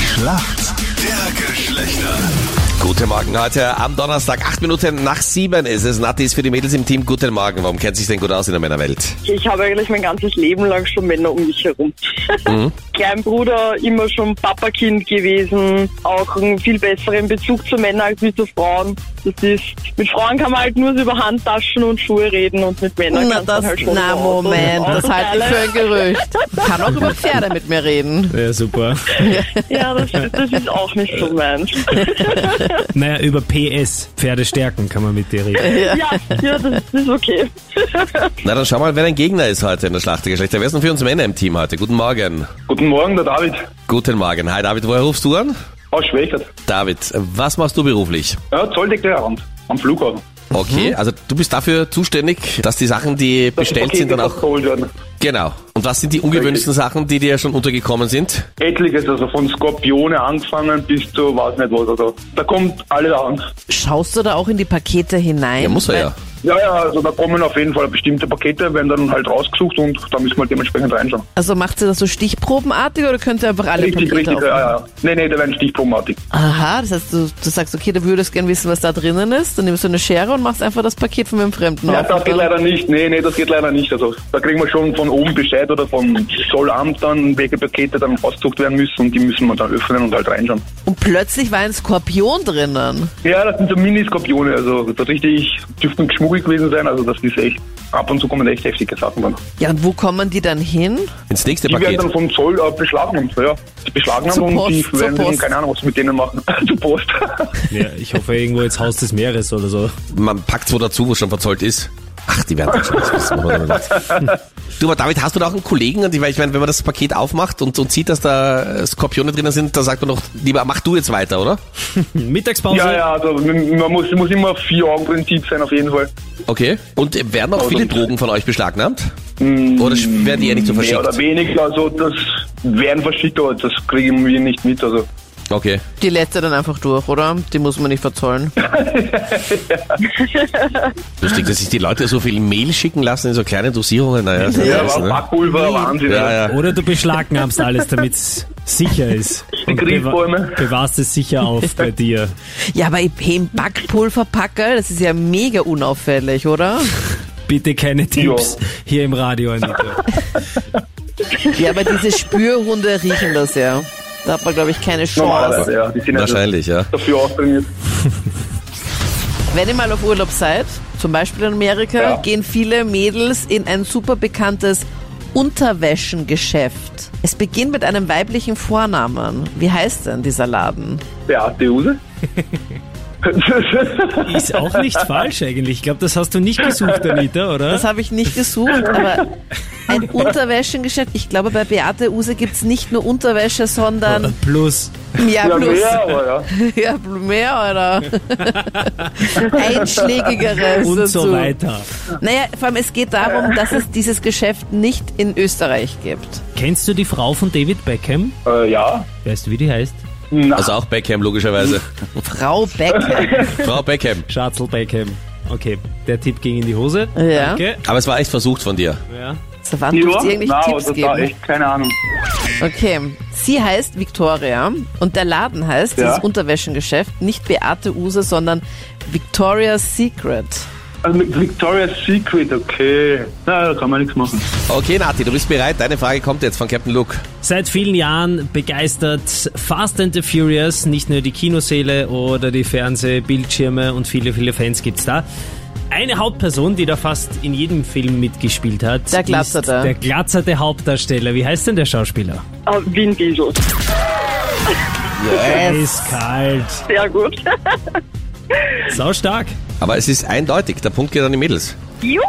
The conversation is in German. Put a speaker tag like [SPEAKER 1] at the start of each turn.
[SPEAKER 1] Schlacht der Geschlechter.
[SPEAKER 2] Guten Morgen heute am Donnerstag, acht Minuten nach sieben ist es. Nati ist für die Mädels im Team. Guten Morgen. Warum kennt sich denn gut aus in der Männerwelt?
[SPEAKER 3] Ich habe eigentlich mein ganzes Leben lang schon Männer um mich herum. Klein Bruder, immer schon Papakind gewesen, auch einen viel besseren Bezug zu Männern als wie zu Frauen. Das ist, mit Frauen kann man halt nur so über Handtaschen und Schuhe reden und mit Männern
[SPEAKER 4] Na,
[SPEAKER 3] kann man
[SPEAKER 4] das,
[SPEAKER 3] halt schon
[SPEAKER 4] na
[SPEAKER 3] über Autos und
[SPEAKER 4] Moment, das halte
[SPEAKER 3] Autoteile.
[SPEAKER 4] ich für ein Gerücht. Kann auch über Pferde mit mir reden.
[SPEAKER 5] Ja, super.
[SPEAKER 3] Ja, das, das ist auch nicht so meins.
[SPEAKER 5] Naja, über PS, Pferde stärken, kann man mit dir reden.
[SPEAKER 3] Ja, ja, das ist okay.
[SPEAKER 2] Na dann schau mal, wer dein Gegner ist heute in der Schlacht der Geschlechter. Wer ist denn für uns Männer im Team heute? Guten Morgen.
[SPEAKER 6] Guten Morgen, der David
[SPEAKER 2] Guten Morgen. Hi David, woher rufst du an?
[SPEAKER 6] aus Schwächert.
[SPEAKER 2] David, was machst du beruflich?
[SPEAKER 6] Ja, Zolldeklarant am Flughafen.
[SPEAKER 2] Okay, also du bist dafür zuständig, dass die Sachen, die
[SPEAKER 6] Dass die
[SPEAKER 2] bestellt
[SPEAKER 6] Pakete
[SPEAKER 2] sind, dann auch...
[SPEAKER 6] abgeholt werden.
[SPEAKER 2] Genau. Und was sind die ungewöhnlichsten Sachen, die dir schon untergekommen sind?
[SPEAKER 6] Etliches, also von Skorpione angefangen bis zu weiß nicht was. Also, da kommt alles an.
[SPEAKER 4] Schaust du da auch in die Pakete hinein?
[SPEAKER 2] Ja, muss er ja.
[SPEAKER 6] Ja, ja, also da kommen auf jeden Fall bestimmte Pakete, werden dann halt rausgesucht und da müssen wir halt dementsprechend reinschauen.
[SPEAKER 4] Also macht sie das so stichprobenartig oder könnt ihr einfach alle
[SPEAKER 6] richtig,
[SPEAKER 4] Pakete
[SPEAKER 6] richtig, ja,
[SPEAKER 4] aufmachen?
[SPEAKER 6] ja. Nee, nee, da werden Stichprobenartig.
[SPEAKER 4] Aha, das heißt, du, du sagst, okay, du würdest gern wissen, was da drinnen ist. Dann nimmst du eine Schere und machst einfach das Paket von einem Fremden
[SPEAKER 6] Ja,
[SPEAKER 4] auf.
[SPEAKER 6] das geht
[SPEAKER 4] Und dann-
[SPEAKER 6] leider nicht. Nee, nee, das geht leider nicht. Also da kriegen wir schon von oben Bescheid oder vom Zollamt dann, welche Pakete dann rausgesucht werden müssen und die müssen wir dann öffnen und halt reinschauen.
[SPEAKER 4] und plötzlich war ein Skorpion drinnen.
[SPEAKER 6] Ja, das sind so Mini-Skorpione, also so richtig dürften geschmuggelt gewesen sein, also das ist echt, ab und zu kommen echt heftige Sachen dann.
[SPEAKER 4] Ja, und wo kommen die dann hin?
[SPEAKER 2] Ins nächste
[SPEAKER 6] Die werden
[SPEAKER 2] Paket.
[SPEAKER 6] dann vom Zoll äh, beschlagnahmt, ja. Die beschlagnahmt
[SPEAKER 4] Zur
[SPEAKER 6] und
[SPEAKER 4] Post,
[SPEAKER 6] die
[SPEAKER 4] zur
[SPEAKER 6] werden
[SPEAKER 4] Post.
[SPEAKER 6] dann, keine Ahnung, was sie mit denen machen, zur Post.
[SPEAKER 5] Ja, ich hoffe irgendwo jetzt Haus des Meeres oder so.
[SPEAKER 2] Man packt wo dazu, wo schon verzollt ist. Ach, die werden dann schon was wissen, wo man damit- Du, aber David, hast du da auch einen Kollegen? Und ich meine, ich meine, wenn man das Paket aufmacht und, und sieht, dass da Skorpione drinnen sind, dann sagt man doch lieber, mach du jetzt weiter, oder?
[SPEAKER 5] Mittagspause.
[SPEAKER 6] ja, ja, also man man muss, muss immer vier Augenprinzip sein auf jeden Fall.
[SPEAKER 2] Okay. Und äh, werden auch
[SPEAKER 6] Also-
[SPEAKER 2] viele Drogen von euch beschlagnahmt? Oder sch- werden die eher nicht so
[SPEAKER 6] Mm, Mehr oder
[SPEAKER 2] verschickt?
[SPEAKER 6] weniger, also das werden verschickt, aber das kriegen wir nicht mit, also.
[SPEAKER 2] Okay.
[SPEAKER 4] Die lässt er dann einfach durch, oder? Die muss man nicht verzollen.
[SPEAKER 2] Lustig, dass sich die Leute so viel Mehl schicken lassen in so kleine Dosierungen. Naja, das
[SPEAKER 6] Ja,
[SPEAKER 2] ist,
[SPEAKER 6] war
[SPEAKER 2] ne?
[SPEAKER 6] Backpulver, Wahnsinn.
[SPEAKER 2] ja, ja.
[SPEAKER 5] Oder du beschlagnahmst alles, damit's sicher ist. Und
[SPEAKER 6] Grillbäume.
[SPEAKER 5] bewahrst es sicher auf bei dir.
[SPEAKER 4] Ja, aber ich im Backpulverpackerl, das ist ja mega unauffällig, oder?
[SPEAKER 5] Bitte keine Tipps hier im Radio, Anita.
[SPEAKER 4] Ja, aber diese Spürhunde riechen das ja. Da hat man, glaube ich, keine Chance.
[SPEAKER 6] Normalerweise, ja. Die sind also
[SPEAKER 2] Wahrscheinlich, ja.
[SPEAKER 6] dafür auftrainiert.
[SPEAKER 4] Wenn ihr mal auf Urlaub seid, zum Beispiel in Amerika,
[SPEAKER 6] Ja.
[SPEAKER 4] gehen viele Mädels in ein super bekanntes Unterwäschengeschäft. Es beginnt mit einem weiblichen Vornamen. Wie heißt denn dieser Laden?
[SPEAKER 6] Beate Huse.
[SPEAKER 5] Ist auch nicht falsch eigentlich. Ich glaube, das hast du nicht gesucht, Anita,
[SPEAKER 4] Das
[SPEAKER 5] oder?
[SPEAKER 4] habe ich nicht gesucht, aber ein Unterwäschengeschäft. Ich glaube, bei Beate Use gibt's nicht nur Unterwäsche, sondern
[SPEAKER 5] Plus.
[SPEAKER 4] ja,
[SPEAKER 6] Ja,
[SPEAKER 4] plus.
[SPEAKER 6] mehr, aber ja.
[SPEAKER 4] Ja, mehr, oder? Einschlägigeres.
[SPEAKER 5] Und so
[SPEAKER 4] dazu.
[SPEAKER 5] weiter.
[SPEAKER 4] Naja, vor allem es geht darum, dass es dieses Geschäft nicht in Österreich gibt.
[SPEAKER 5] Kennst du die Frau von David Beckham?
[SPEAKER 6] Äh, ja.
[SPEAKER 5] Weißt du, wie die heißt?
[SPEAKER 2] Also auch Beckham, logischerweise.
[SPEAKER 4] Frau Becker.
[SPEAKER 2] Frau Beckham.
[SPEAKER 5] Schatzel Beckham. Okay, der Tipp ging in die Hose.
[SPEAKER 4] Ja.
[SPEAKER 5] Danke.
[SPEAKER 2] Aber es war echt versucht von dir.
[SPEAKER 5] Ja.
[SPEAKER 4] So, wann ja, es irgendwelche
[SPEAKER 6] Nein,
[SPEAKER 4] Tipps
[SPEAKER 6] also da
[SPEAKER 4] geben?
[SPEAKER 6] echt keine Ahnung.
[SPEAKER 4] Okay. Sie heißt Victoria und der Laden heißt,
[SPEAKER 6] Ja.
[SPEAKER 4] dieses Unterwäschengeschäft, nicht Beate Use, sondern Victoria's Secret.
[SPEAKER 6] Also mit Victoria's Secret, okay. Na, da kann man nichts machen.
[SPEAKER 2] Okay, Nati, du bist bereit. Deine Frage kommt jetzt von Captain Luke.
[SPEAKER 5] Seit vielen Jahren begeistert Fast and the Furious nicht nur die Kinosäle oder die Fernsehbildschirme und viele, viele Fans gibt's da. Eine Hauptperson, die da fast in jedem Film mitgespielt hat,
[SPEAKER 4] Der Glatzerte.
[SPEAKER 5] ist der glatzerte Hauptdarsteller. Wie heißt denn der Schauspieler?
[SPEAKER 3] Ah, Vin Diesel.
[SPEAKER 5] Ist kalt.
[SPEAKER 3] Sehr gut.
[SPEAKER 5] Sau stark.
[SPEAKER 2] Aber es ist eindeutig. Der Punkt geht an die Mädels.
[SPEAKER 3] Juhu!